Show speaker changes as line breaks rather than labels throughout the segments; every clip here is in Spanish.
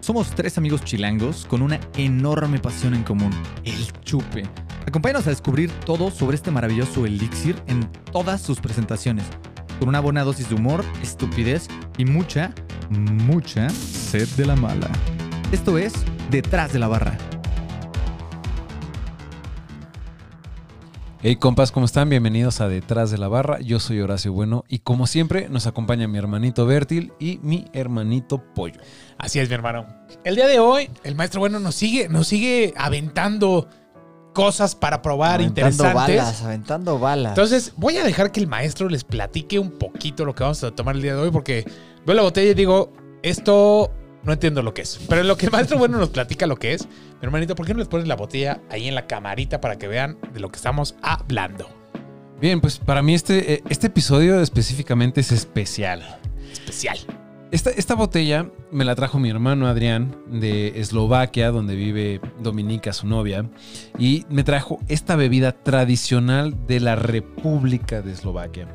Somos tres amigos chilangos con una enorme pasión en común, el chupe. Acompáñanos a descubrir todo sobre este maravilloso elixir en todas sus presentaciones, con una buena dosis de humor, estupidez y mucha, mucha sed de la mala. Esto es Detrás de la Barra.
Hey compas, ¿cómo están? Bienvenidos a Detrás de la Barra. Yo soy Horacio Bueno y como siempre nos acompaña mi hermanito Bertil y mi hermanito Pollo.
Así es, mi hermano. El día de hoy, el maestro bueno nos sigue, nos sigue aventando cosas para probar
Aventando
interesantes.
balas, aventando balas.
Entonces, voy a dejar que el maestro les platique un poquito lo que vamos a tomar el día de hoy, porque veo la botella y digo, esto no entiendo lo que es. Pero en lo que el maestro bueno nos platica lo que es, mi hermanito, ¿por qué no les pones la botella ahí en la camarita para que vean de lo que estamos hablando?
Bien, pues para mí este, eh, este episodio específicamente es especial.
Especial.
Esta, esta botella me la trajo mi hermano Adrián de Eslovaquia, donde vive Dominica, su novia, y me trajo esta bebida tradicional de la República de Eslovaquia.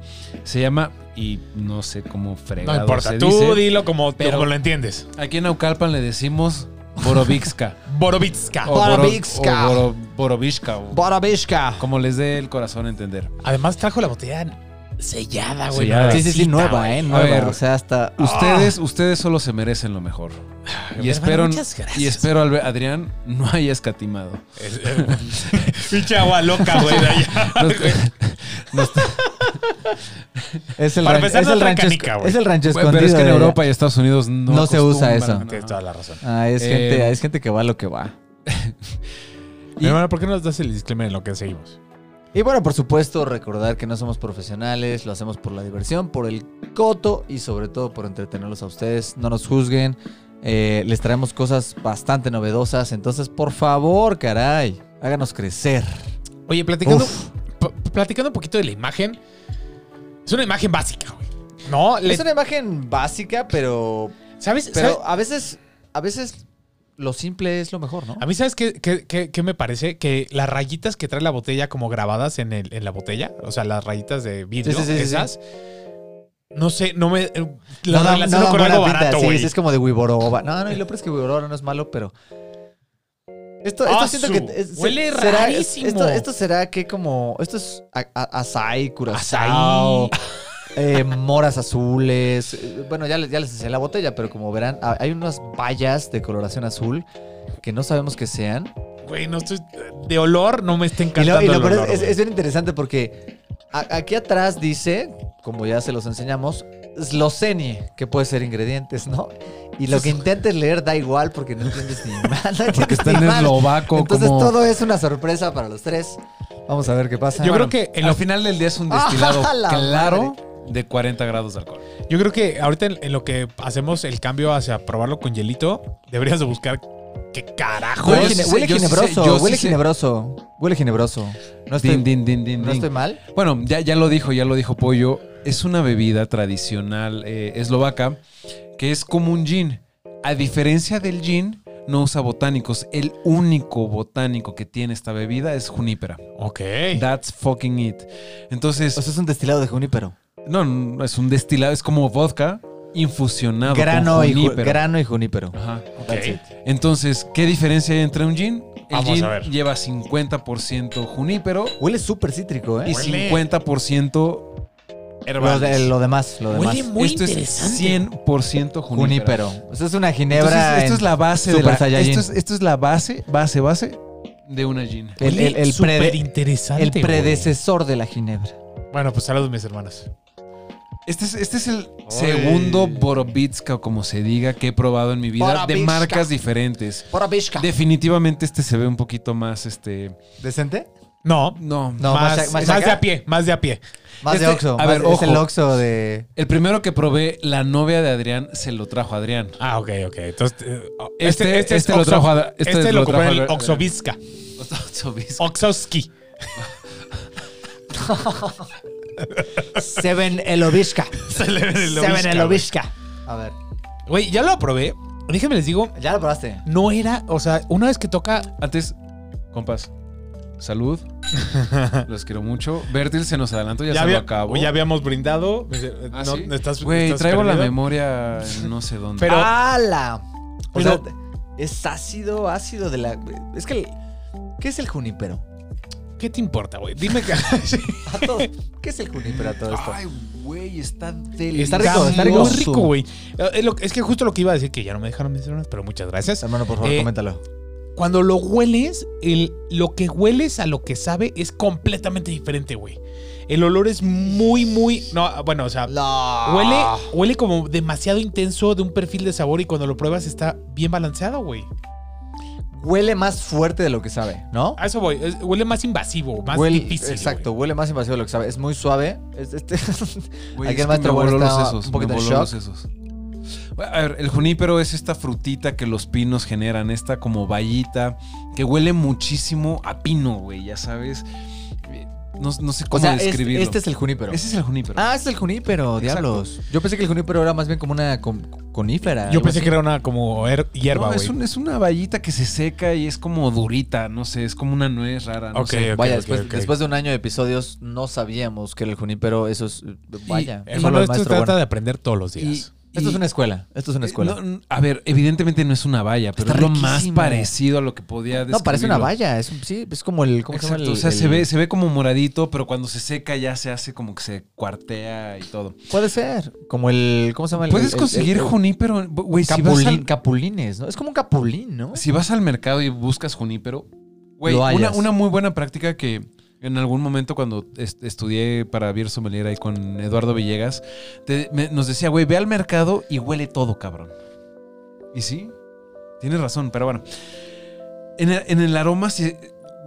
Se llama, y no sé cómo
No
fregado
importa,
se
tú
dice.
dilo como,
pero-
como lo entiendes.
Aquí en Naucalpan le decimos Borobixka.
Borovitska.
O Boro-
Borobixka.
o Boro- Borobishka. o
Barabishka.
como les dé el corazón a entender.
Además trajo la botella sellada, güey.
Sellada.
Sí, sí, sí,
nuevecita,
nueva,
güey.
¿eh? Nueva.
ver.
o sea, hasta.
Ustedes, ustedes solo se merecen lo mejor. Y
hermano,
espero,
muchas gracias.
y espero Albe- Adrián no haya escatimado.
Es-
eh,
es- Pinche agua loca, güey. de allá.
Nos- nos-
Es el,
Para
ran-
empezar,
es,
no
el
trae
rancho,
canica,
esc-
güey.
es el rancho escondido.
pero es que en
de allá.
Europa y Estados Unidos no,
No se usa
acostumbran.
Tienes toda la razón.
Ah, es gente,
Eh,
es gente que va lo que va.
Mi hermano, ¿por qué no nos das el disclaimer en lo que seguimos?
Y bueno, por supuesto, recordar que no somos profesionales, lo hacemos por la diversión, por el coto y sobre todo por entretenerlos a ustedes. No nos juzguen, eh, les traemos cosas bastante novedosas, entonces por favor, caray, háganos crecer.
Oye, platicando,
Uf.
p- platicando un poquito de la imagen. Es una imagen básica, güey. No, Le-
Es una imagen básica, pero,
¿sabes? ¿sabes?
pero a veces, a veces lo simple es lo mejor, ¿no?
A mí, ¿sabes qué, qué- qué- qué me parece? Que las rayitas que trae la botella como grabadas en, el, en la botella, o sea, las rayitas de vidrio,
Sí, sí, sí, sí, sí.
esas, no sé, no me... eh, Las
No dan- no
relaciono
dan
con
buena
algo
pinta,
barato,
sí,
güey.
sí, es como de Wiboroba. No, no, y lo peor es que Wiboroba no es malo, pero. Esto, esto
¡Ah,
siento
su!
que. es-
Huele
será-
rarísimo.
Esto, esto será que como. Esto es a- a- Asai, Curazao.
Açaí.
eh, moras azules. eh, Bueno, ya, les- ya les enseñé la botella, pero como verán, a- hay unas vallas de coloración azul que no sabemos que sean.
Güey, no estoy... De olor no me está
Y lo,
encantando
y lo
el
peor es-
olor,
es,
güey.
es bien interesante porque a- aquí atrás dice, como ya se los enseñamos, Slosenie, que puede ser ingredientes, ¿no? Y lo que intentes leer da igual porque no entiendes ni mal. No
Porque
entiendes
está
ni
en
mal.
eslovaco.
Entonces
como-
todo es una sorpresa para los tres. Vamos a ver qué pasa.
Yo
Bueno,
creo que en
al
lo-
final del día es un destilado
¡Ah, la
claro de 40 grados de alcohol.
Yo creo que ahorita en, en lo que hacemos el cambio hacia probarlo con hielito, deberías de buscar qué carajo
Huele,
Yo
gine-
sí sé,
huele
yo sí sé,
ginebroso,
yo sí
huele
sé.
ginebroso, huele ginebroso. No estoy,
Din, din, din, din,
no
din.
estoy mal.
Bueno, ya, ya lo dijo, ya lo dijo Pollo. Es una bebida tradicional eh, eslovaca que es como un gin. A diferencia del gin, no usa botánicos. El único botánico que tiene esta bebida es junípera.
Ok.
That's fucking it.
O
Entonces,
sea, es un destilado de junípero.
no, no, es un destilado, es como vodka infusionado
Grano
con
y, ju-
junípero.
grano y junípero.
Ajá.
ok.
That's it.
Entonces, ¿qué diferencia hay entre un gin? El
Vamos a
gin
ver.
lleva 50% junípero
Huele súper cítrico, ¿eh?
y
Huele.
50%
Lo,
herbal.
de- lo demás, lo demás.
Huele muy
esto
interesante.
es 100% junípero.
Junípero. O sea, es una
Entonces,
ginebra.
esto
en-
es la base de
Super
la,
Saiyajin.
esto, es, esto es la base, base, base de una gin.
el, el- el prede-
interesante.
el predecesor de la ginebra.
Bueno, pues saludos, mis hermanas.
Este es, este es el segundo Borovitska, o como se diga, que he probado en mi vida de
Borovitska.
marcas diferentes.
Porabishka.
Definitivamente este se ve un poquito más, este,
¿Decente?
No,
no.
No, más
más,
a- más
más
acá.
de a pie, más de a pie.
Más de
Este-
Oxxo.
a
más-
ver,
es el
ojo.
Oxxo de...
El primero que probé, la novia de Adrián, se lo trajo a Adrián.
Ah, ok, ok. Entonces, eh,
Este-
es
este lo
Oxo-
trajo a- este
Este,
lo
lo
trajo
compré en
a-
el Oxovisca. Oxoski.
Seven Elovishka.
Se le ve en el
Seven
Ovisca,
Elovishka. A ver,
güey. Güey, ya lo probé. Déjenme les digo,
ya lo probaste.
no era, o sea, una vez que toca
Antes, compas, salud. Los quiero mucho. Bertil se nos adelantó, ya, se
había-
lo acabó.
ya habíamos brindado. Me dice, eh,
Ah,
no,
¿sí?
estás-
Güey,
estás
traigo la
perdido.
memoria en no sé dónde.
Pero-
¡Hala! O
Pero-
sea, Es ácido, ácido de la. Es que. el- ¿Qué es el junipero?
¿Qué te importa, güey? Dime que.
A todos, ¿Qué es el junipero a todo esto?
Ay, güey, está
Está
delicioso.
rico, está rico.
muy rico, güey. Eh, Es, lo- es que justo lo que iba a decir, que ya no me dejaron mencionar, pero muchas gracias.
Hermano, por favor,
Eh,
coméntalo.
Cuando lo hueles, el- lo que hueles a lo que sabe es completamente diferente, güey. El olor es muy, muy. No, bueno, o sea,
No.
Huele, huele como demasiado intenso de un perfil de sabor y cuando lo pruebas está bien balanceado, güey.
Huele más fuerte de lo que sabe, ¿no?
A eso voy. es- Huele más invasivo, más
Huele-
difícil.
Exacto,
güey.
huele más invasivo de lo que sabe. Es muy suave. Es- este-
Güey,
Aquí
es
el
que
maestro
me
Bueno
voló
está
los sesos,
un poquito
me
en
voló
shock.
los sesos. Bueno, A ver, el junípero es esta frutita que los pinos generan, esta como vallita que huele muchísimo a pino, güey, ya sabes. Eh, No, no sé
O
cómo
sea, es-
describirlo.
este es el junípero.
Ese es el junípero.
Ah, es el junípero,
Exacto.
diablos. Yo pensé que el junípero era más bien como una con- conífera.
Yo
algo
pensé
así.
que era una como her- hierba,
No,
güey.
es, un- es una vallita que se seca y es como durita, no sé, es como una nuez rara. No
Ok,
sé.
ok,
Vaya,
ok,
después,
ok.
después de un año de episodios no sabíamos que era el junípero. Eso es. Vaya.
Hermano,
solo el
Eh, esto se
maestro
trata
Bueno.
de Eh, aprender todos los
Y-
días.
Esto es
y-
una escuela. Esto es una escuela.
Eh, No, n- a ver, evidentemente no es una valla, pero
Está
es lo más
riquísimo.
parecido a lo que podía describirlo.
No, parece una valla. Es, un- sí, es como el. ¿Cómo se llama
Exacto,
el-
o sea, se,
el-
ve, se ve como moradito, pero cuando se seca ya se hace como que se cuartea y todo.
Puede ser. Como el. ¿Cómo se llama el.
Puedes
el- el-
conseguir
el-
junípero, güey, si, vas
capulín-
al-
Capulines, ¿no? Es como un capulín, ¿no?
si vas al mercado y buscas junípero, güey,
Lo
una,
hallas.
una muy buena práctica que en algún momento cuando est- estudié para Bier Sommelier ahí con Eduardo Villegas, te- me- nos decía, güey, ve al mercado y huele todo, cabrón. Y sí, tienes razón, pero bueno. En el, en el aroma se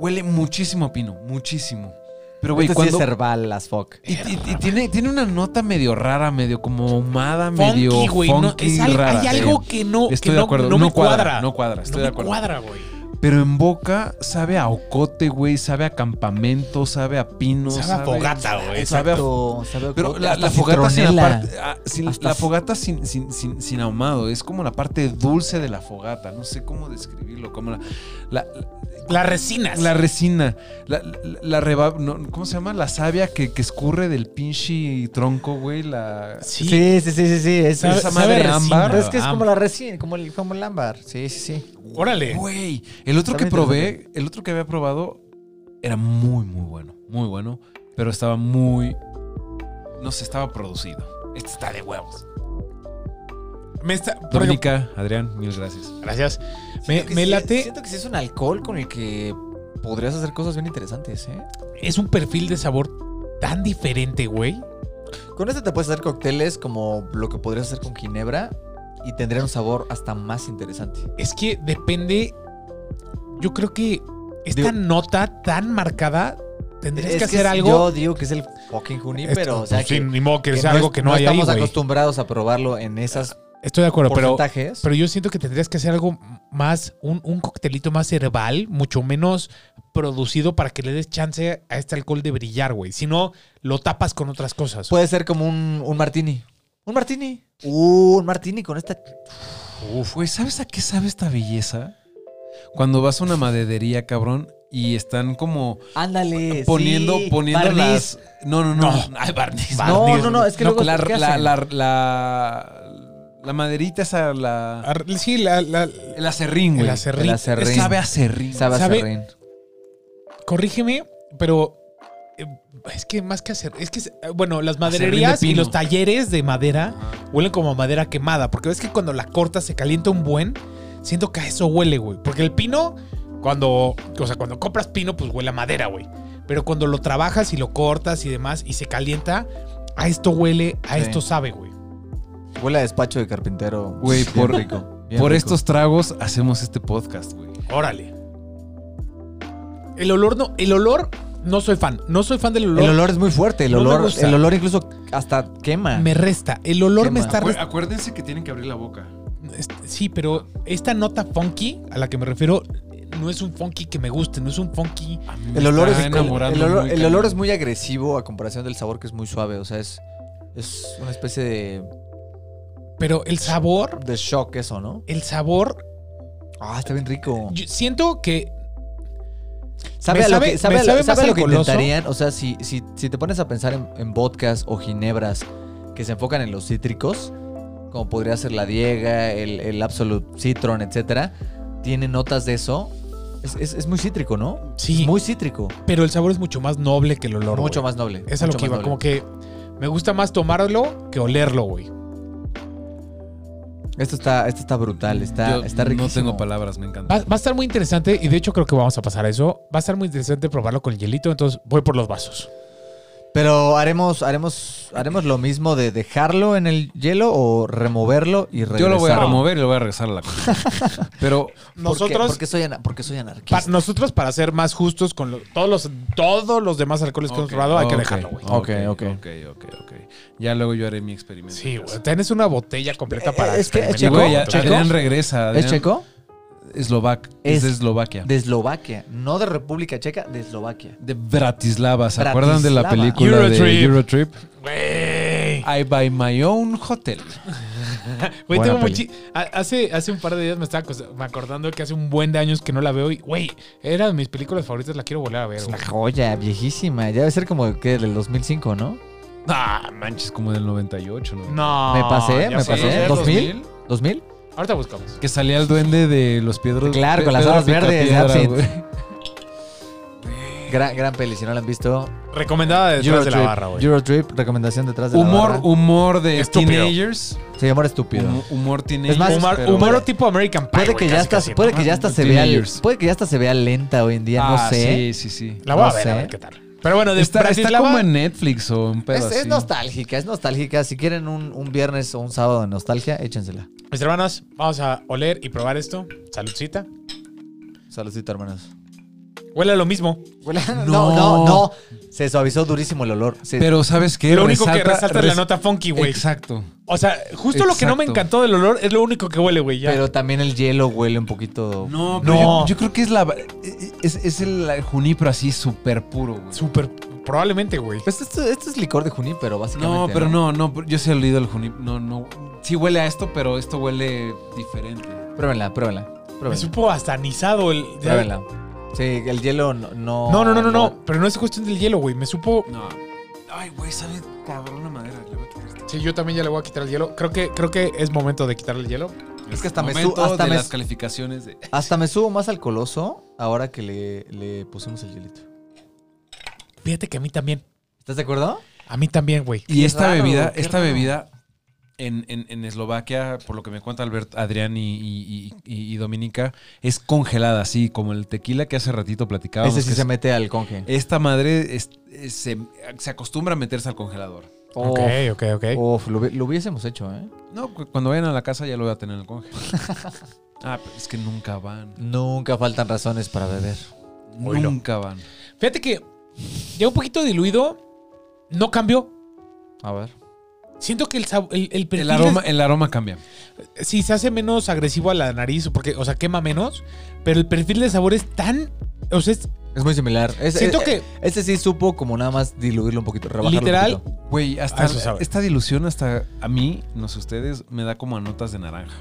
huele muchísimo a pino, muchísimo. Pero, güey,
Este sí
cuando,
es herbal as fuck.
Y, y- y tiene, tiene una nota medio rara, medio como ahumada,
Funky,
medio
güey. no,
funky,
es al-
rara.
hay algo que no, que
Estoy
no-
de acuerdo.
no
No,
me cuadra.
No cuadra, estoy
no
de
me
acuerdo.
cuadra, güey.
Pero en boca sabe a ocote, güey, sabe a campamento, sabe a pino.
Sabe Eh, a fogata, güey.
sabe a-
Exacto, sabe a
Pero
coca,
la,
hasta
la fogata, sin la,
citronela.
parte- ah, sin-
Hasta
la
f-
fogata sin, sin, sin, sin ahumado, es como la parte dulce de la fogata, no sé cómo describirlo, como la, la,
Las resinas.
la resina, la, la, la reba- no, ¿cómo se llama? La savia que, que escurre del pinche tronco, güey, la...
sí.
Sí, sí, sí, sí, sí. Es,
Sabe-
esa
sabe
madre
a
ámbar.
resina.
Es que es
Ah.
como la resina, como el, como el ámbar. Sí, sí, sí.
Órale.
Güey, el otro
Está
que
bien
probé, el otro que había probado era muy, muy bueno, muy bueno, pero estaba muy, no sé, estaba producido. Este está de huevos.
Me está, por ejemplo-
Dominica, Adrián, mil gracias.
gracias. Me, me late.
Siento que sí es un alcohol con el que podrías hacer cosas bien interesantes, ¿eh?
Es un perfil de sabor tan diferente, güey.
Con este te puedes hacer cócteles como lo que podrías hacer con ginebra y tendría un sabor hasta más interesante.
Es que depende. Yo creo que esta
Digo-
nota tan marcada tendrías que, hacer
es-
algo.
Yo digo que es el fucking
Esto,
junípero. O sea,
pues,
que,
sí, ni modo que
que
sea
no
algo
es-
que no, hay ahí,
estamos
güey.
acostumbrados a probarlo en esos
Estoy de acuerdo, pero,
porcentajes.
pero yo siento que tendrías que hacer algo más, un, un coctelito más herbal, mucho menos producido para que le des chance a este alcohol de brillar, güey. Si no, lo tapas con otras cosas.
Puede ser como un, un martini. Un martini. Uh, un martini con esta.
Uf, güey, ¿sabes a qué sabe esta belleza? Cuando vas a una madedería, cabrón, y están como
Ándale.
poniendo,
sí,
poniendo
barniz.
las... No, no, no.
No.
Ay, barniz.
Bar-
No,
barniz.
no, no, es que
No,
luego.
la,
¿qué
la,
hacen?
la, la, la maderita esa, la...
Ar- Ah, Sí, la, la-
El acerrín, güey.
el acerrín.
El acerrín.
Sabe a acerrín.
Sabe a
sabe-
acerrín.
Corrígeme, pero eh, es que más que hacer, es que es- eh, bueno, las
Acerrín de
madererías y
pino.
los talleres de madera
Ajá.
huelen como a madera quemada, porque ves que cuando la cortas se calienta un buen, siento que a eso huele, güey, porque el pino cuando, o sea, cuando compras pino pues huele a madera, güey, pero cuando lo trabajas y lo cortas y demás y se calienta, a esto huele, a
Sí.
esto sabe, güey.
Huele a despacho de carpintero.
Güey,
Bien
por-
rico. bien
Por
rico.
estos tragos hacemos este podcast, güey.
Órale. El olor no, el olor no soy fan, no soy fan del olor.
El olor es muy fuerte. El
No me
olor,
gusta.
el olor incluso hasta quema.
me resta, el olor me
Quema.
está restando.
acuérdense que tienen que abrir la boca.
Este, Sí, pero esta nota funky a la que me refiero eh, no es un funky que me guste, no es un funky.
Ah, El olor, es,
Está
el,
enamorando
el olor-
muy
el
cañón.
olor es muy agresivo a comparación del sabor que es muy suave. O sea, es, es una especie de,
Pero el sabor,
de shock eso, ¿no?
el sabor,
Ah, está bien rico.
yo siento que
Sabe
me
a lo
sabe-
que, sabe
me
a lo-
sabe
sabe
más
a lo que
alcoholoso.
intentarían. O sea, si, si, si te pones a pensar en, en vodkas o ginebras que se enfocan en los cítricos, como podría ser la Diega, el, el Absolute Citron, etcétera, tiene notas de eso, es, es- es muy cítrico, ¿no?
Sí,
Muy cítrico.
pero el sabor es mucho más noble que el olor.
mucho
güey.
más noble.
Es a lo
mucho
que
más
iba.
noble.
Como que me gusta más tomarlo que olerlo, güey.
Esto está, esto está brutal, está,
Yo
está riquísimo.
No tengo palabras, me encanta.
Va, va a estar muy interesante y de hecho creo que vamos a pasar a eso. Va a estar muy interesante probarlo con el hielito, entonces voy por los vasos.
Pero haremos, haremos, haremos lo mismo de dejarlo en el hielo o removerlo y regresarlo.
Ah, Yo lo voy a remover y lo voy a regresar a la cocina. Pero
Nosotros,
Porque soy, ana- porque soy
pa-
anarquista.
nosotros para ser más justos con lo- todos, los, todos los demás alcoholes que hemos
Ok,
probado, hay que
ok,
dejarlo, güey.
Ok, ok.
Ok, ok, ok. Ya luego yo haré mi experimento.
Sí, güey. Tienes una botella completa para.
Eh, es que-
experimentar.
Y güey, ya-
¿Checo?
Adrián regresa.
¿Es
Adrián-
checo?
Eslovac. Es,
Es-
de Eslovaquia. De,
De Eslovaquia, no de República Checa, de Eslovaquia.
Bratislava. ¿Se
Bratislava.
acuerdan de la película de
Eurotrip.
Eurotrip?
Güey.
I buy my own hotel.
Güey,
Buena
tengo
peli.
muchi- ha- hace, hace un par de días me estaba acos- me acordando que hace un buen de años que no la veo y, güey, era de mis películas favoritas, la quiero volver a ver.
Es
güey.
una joya viejísima. Ya debe ser como que del 2005, ¿no?
Ah, manches, como del 98, ¿no?
No.
Me pasé,
ya
me
sé.
pasé.
Sí,
Dos- 2000? ¿2000?
Ahorita buscamos.
Que salía el duende de los piedros.
Claro,
Pe-
con las
Pedro
hojas verdes,
Picapiedra,
Absinthe.
güey.
Gran, gran peli, si no la han visto.
Recomendada de detrás de la barra, güey.
Eurotrip, recomendación detrás de la
Humor,
barra.
humor de
Estúpido.
teenagers.
Sí, humor estúpido.
Humor, humor teenagers.
Es más,
Humor,
pero-
humor tipo American Pie.
Puede
güey,
que ya
casi,
hasta,
casi,
puede
¿no?
que ya hasta se vea,
Teenagers.
puede que ya hasta se vea lenta hoy en día,
Ah,
no sé.
Sí, sí, sí.
La voy
No
a ver, a
sé.
ver qué tal. Pero bueno, de
Está, está
Bratislava-
como en Netflix o un pedo
Es, es
así.
nostálgica, es nostálgica. Si quieren un, un viernes o un sábado de nostalgia, échensela.
Mis hermanos, vamos a oler y probar esto. Saludcita.
Saludcita, hermanos.
Huele a lo mismo.
No,
No.
no, no, Se suavizó durísimo el olor. Se-
Pero ¿sabes qué?
Lo único que resalta es la
res-
nota funky, güey.
Exacto.
O sea, justo lo que no me
Exacto.
encantó del olor es lo único que huele, güey. ya.
pero también el hielo huele un poquito.
No,
pero
Yo,
yo- yo
creo que es la. e, Es, el junípero así súper puro, güey.
Súper, probablemente, güey.
Pues esto, esto es licor de juní, pero básicamente.
No, pero no, no. Yo sí he olido el junípero. No, no. Sí huele a esto, pero esto huele diferente.
Pruébenla, pruébenla.
Me
Pruébenla.
supo hasta anisado el. ya-
pruébenla. Sí, el hielo no. No,
No, no, no, no, no. Pero no es cuestión del hielo, güey. Me supo.
No. Ay, güey, sabe cabrón la madera. Le voy a quitar esto.
Sí, yo también ya le voy a quitar el hielo. Creo que, creo que es momento de quitarle el hielo.
Es que hasta me
Momento
su- hasta
de
me
las
su-
calificaciones de.
Hasta me subo más al coloso ahora que le, le pusimos el hielito.
Fíjate que a mí también.
¿Estás de acuerdo?
A mí también, güey.
Y
Qué
esta
raro,
bebida,
qué
esta
raro.
bebida en, en- en Eslovaquia, por lo que me cuenta Albert, Adrián y, y- y- y Dominica, es congelada, así como el tequila que hace ratito platicábamos.
Ese sí
que
se
es-
mete al conge.
Esta madre es- es- se, se acostumbra a meterse al congelador.
Oh.
Ok, ok, ok.
Uf, lo, hubi- lo hubiésemos hecho, ¿eh?
No, cu- cuando vayan a la casa ya lo voy a tener en el congelador. ah, pero es que nunca van.
Nunca faltan razones para beber.
Oílo.
Nunca van.
Fíjate que ya un poquito diluido. No cambió.
A ver.
Siento que el, sab- el, el
El
perfil
aroma, el aroma cambia.
de- sí, se hace menos agresivo a la nariz, porque, o sea, quema menos, pero el perfil de sabor es tan. O sea, es-
Es muy similar. Ese-
siento
eh,
que
Ese sí supo como nada más diluirlo un poquito, rebajarlo
Literal,
un poquito.
Güey, hasta
Ah,
eso sabe.
esta dilución, hasta a mí, no sé ustedes, me da como a notas de naranja.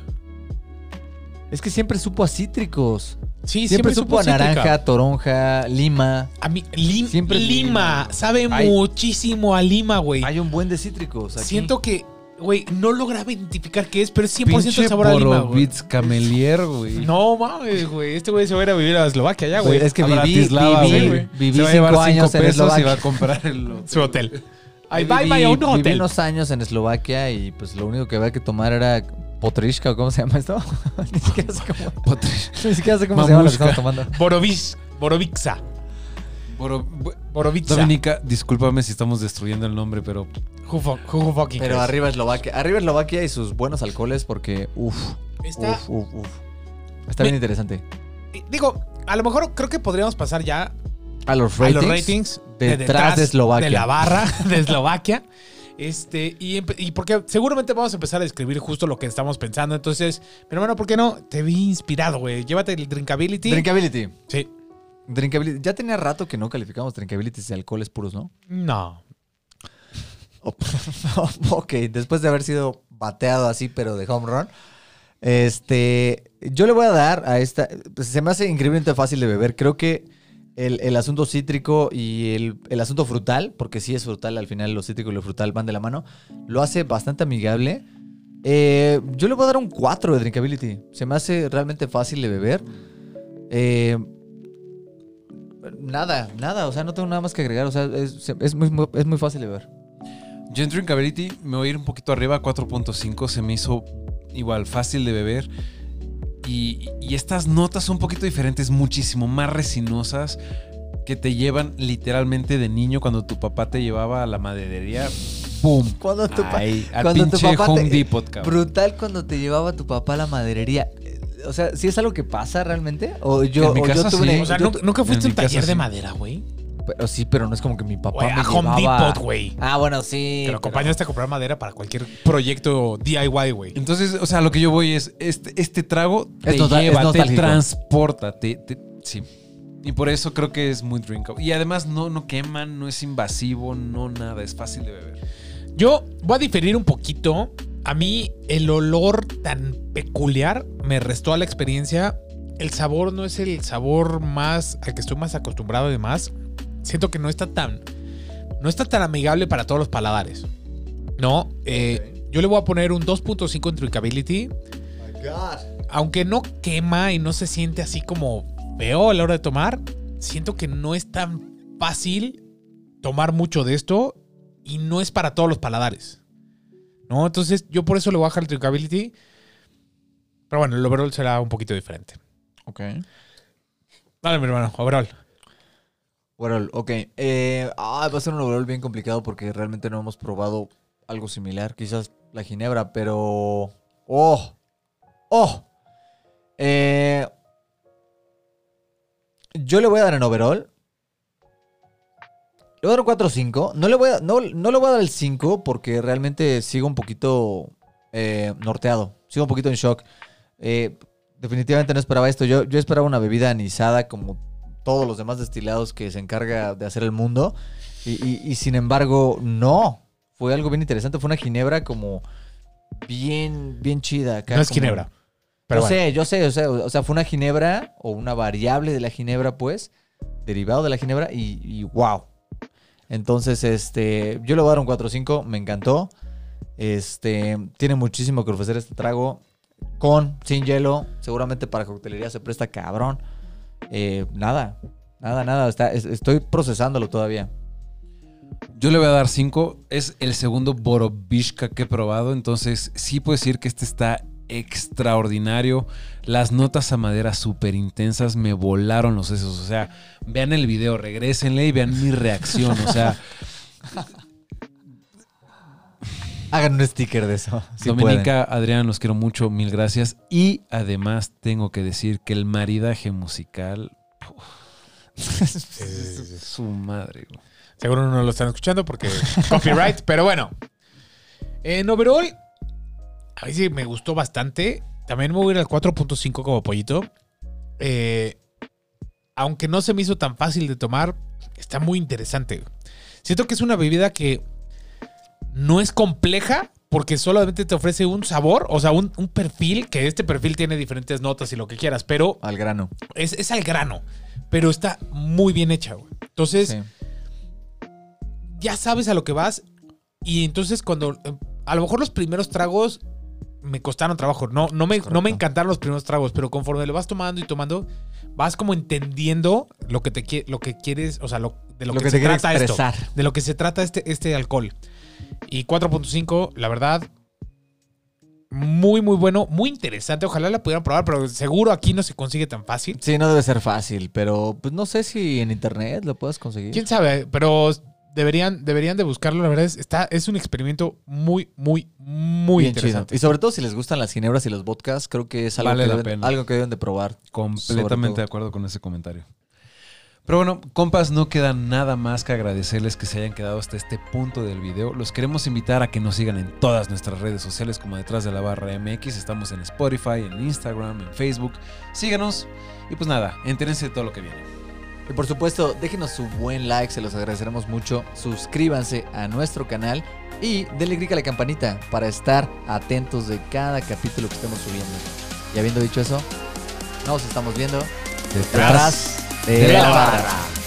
Es que siempre supo a cítricos.
sí,
Siempre, supo a
cítrica.
naranja, toronja, lima.
A mí, lim-
Siempre es
Lima.
lima.
Sabe
Ay.
muchísimo a Lima, güey.
Hay un buen de cítricos aquí.
Siento que, güey, no lograba identificar qué es, pero es 100%
Pinche
sabor a Lima, güey.
Borovitz camelier, güey. Ah,
No mames, güey. Este güey se va a ir a vivir a Eslovaquia ya, güey.
Es que
A
viví,
Bratislava,
viví,
güey.
viví
Se va a llevar
cinco
cinco
años en
pesos y va a
Eslovaquia.
comprar el
Su hotel. I
Yo
buy
viví-
my own
Viví
hotel.
unos años en Eslovaquia y pues lo único que había que tomar era potrishka o cómo se llama esto. ni siquiera sé cómo, ni siquiera sé cómo se llama lo que
Mamushka.
estamos tomando.
Borovis, Borovixa.
Boro-
Borovixa.
Dominica, discúlpame si estamos destruyendo el nombre, pero
Who fu- who fucking
Pero
cares?
arriba Eslovaquia. Arriba Eslovaquia y sus buenos alcoholes porque, uff,
Está-
uff, uff, uff. Está bien interesante.
Digo, a lo mejor creo que podríamos pasar ya
A los
a
ratings.
los ratings de
detrás de Eslovaquia.
de la barra de Eslovaquia. Este, y, empe- y porque seguramente vamos a empezar a escribir justo lo que estamos pensando. Entonces, mi hermano, ¿por qué no? Te vi inspirado, güey. Llévate el Drinkability.
Drinkability.
sí.
Drinkability. Ya tenía rato que no calificamos drinkability de alcoholes puros, ¿no?
No.
ok, después de haber sido bateado así, pero de home run. Este, yo le voy a dar a esta. pues, Se me hace increíblemente fácil de beber. Creo que el, el asunto cítrico y el, el asunto frutal, porque sí es frutal, al final lo cítrico y lo frutal van de la mano, lo hace bastante amigable. Eh, yo le voy a dar un 4 de drinkability. Se me hace realmente fácil de beber. Eh, nada, nada. O sea, no tengo nada más que agregar. O sea, es, es muy, muy- es muy fácil de beber.
Yo en Drinkability me voy a ir un poquito arriba, 4.5 se me hizo igual fácil de beber. Y, y estas notas son un poquito diferentes, muchísimo más resinosas, que te llevan literalmente de niño cuando tu papá te llevaba a la maderería. ¡Pum!
Cuando tu, pa-
Ahí, al
cuando tu
pinche
papá
Home
te-
Depot, cabrón.
Brutal cuando te llevaba tu papá a la maderería. Eh, O sea, si es algo que pasa realmente? O yo,
En mi
o yo
casa
tuve
sí.
una-
O sea,
yo
¿nu-
tu-
¿nunca fuiste
en
a
mi
un taller
casa
de
sí.
madera, güey?
pero sí, pero no es como que mi papá
Güey,
me
a Home
llevaba-
Depot, güey.
Ah, bueno, sí.
Que lo
pero-
acompañaste a comprar madera para cualquier proyecto DIY, güey.
Entonces, o sea, lo que yo voy es, este, este trago te
Es nostal-
lleva,
es
te
nostálgico.
transporta, te, te- sí. Y por eso creo que es muy drinkable. Y además no, no queman, no es invasivo, no nada, es fácil de beber.
Yo voy a diferir un poquito. A mí el olor tan peculiar me restó a la experiencia. El sabor no es el sabor más al que estoy más acostumbrado además. Siento que no está tan no está tan amigable para todos los paladares. No, eh, yo le voy a poner un 2.5 en drinkability. Aunque no quema y no se siente así como feo a la hora de tomar, siento que no es tan fácil tomar mucho de esto y no es para todos los paladares. ¿No? Entonces, yo por eso le voy a bajar el drinkability. Pero bueno, el overall será un poquito diferente.
Ok.
Dale, mi hermano, overall.
Overall, ok. Eh, ah, va a ser un overall bien complicado porque realmente no hemos probado algo similar. Quizás la ginebra, pero... ¡Oh! ¡Oh! Eh, yo le voy a dar en overall. Le voy a dar un 4 o 5. No le voy a, no, no le voy a dar el 5 porque realmente sigo un poquito eh, norteado. Sigo un poquito en shock. Eh, definitivamente no esperaba esto. Yo, yo esperaba una bebida anisada como todos los demás destilados que se encarga de hacer el mundo. Y, y- y sin embargo, no. Fue algo bien interesante. Fue una ginebra como bien, bien chida. acá,
No es
como-
ginebra. Pero
yo
bueno.
sé, yo sé, o sea, o sea, fue una ginebra o una variable de la ginebra, pues, derivado de la ginebra y, y wow. Entonces, este, yo le voy a dar un 4-5, me encantó. Este, tiene muchísimo que ofrecer este trago, con, sin hielo, seguramente para coctelería se presta cabrón. Eh, nada, nada, nada, está- es- estoy procesándolo todavía.
Yo le voy a dar 5. Es el segundo Borobishka que he probado. Entonces, sí puedo decir que este está extraordinario. Las notas a madera súper intensas me volaron los sesos. O sea, vean el video, regrésenle y vean mi reacción. O sea,
Hagan un sticker de eso. si pueden.
Dominica, Adrián, los quiero mucho. Mil gracias. Y además, tengo que decir que el maridaje musical.
Eh,
uf, su madre. güey.
Seguro no lo están escuchando porque copyright, pero bueno. En overall, a mí sí me gustó bastante. También me voy a ir al 4.5 como pollito. Eh, aunque no se me hizo tan fácil de tomar, está muy interesante. Siento que es una bebida que no es compleja porque solamente te ofrece un sabor, o sea, un, un perfil, que este perfil tiene diferentes notas y lo que quieras, pero
Al grano.
es, es al grano. Pero está muy bien hecha, güey. Entonces,
sí.
ya sabes a lo que vas. Y entonces cuando. eh, A lo mejor los primeros tragos me costaron trabajo. No, no, me, no me
Correcto.
encantaron los primeros tragos, pero conforme lo vas tomando y tomando, vas como entendiendo lo que te qui- lo que quieres, o sea, lo, de lo,
Lo
que,
que
se
te quiere
trata esto.
expresar.
De lo que se trata este, este alcohol. Y 4.5, la verdad. Muy, muy bueno, muy interesante. Ojalá la pudieran probar, pero seguro aquí no se consigue tan fácil.
Sí, no debe ser fácil, pero pues no sé si en internet lo puedes conseguir.
¿Quién sabe? Pero deberían, deberían de buscarlo. La verdad es, está, es un experimento muy, muy, muy
Bien
interesante.
chido. Y sobre todo si les gustan las ginebras y los vodkas, creo que es algo,
Vale
que,
la
deben,
pena.
algo que deben de probar. Sobre todo.
Completamente de acuerdo con ese comentario. Pero bueno, compas, no queda nada más que agradecerles que se hayan quedado hasta este punto del video. Los queremos invitar a que nos sigan en todas nuestras redes sociales como detrás de la barra MX. Estamos en Spotify, en Instagram, en Facebook. Síganos y pues nada, entérense de todo lo que viene.
Y por supuesto, déjenos su buen like, se los agradeceremos mucho. Suscríbanse a nuestro canal y denle click a la campanita para estar atentos de cada capítulo que estemos subiendo. Y habiendo dicho eso, nos estamos viendo
Detrás
de la barra.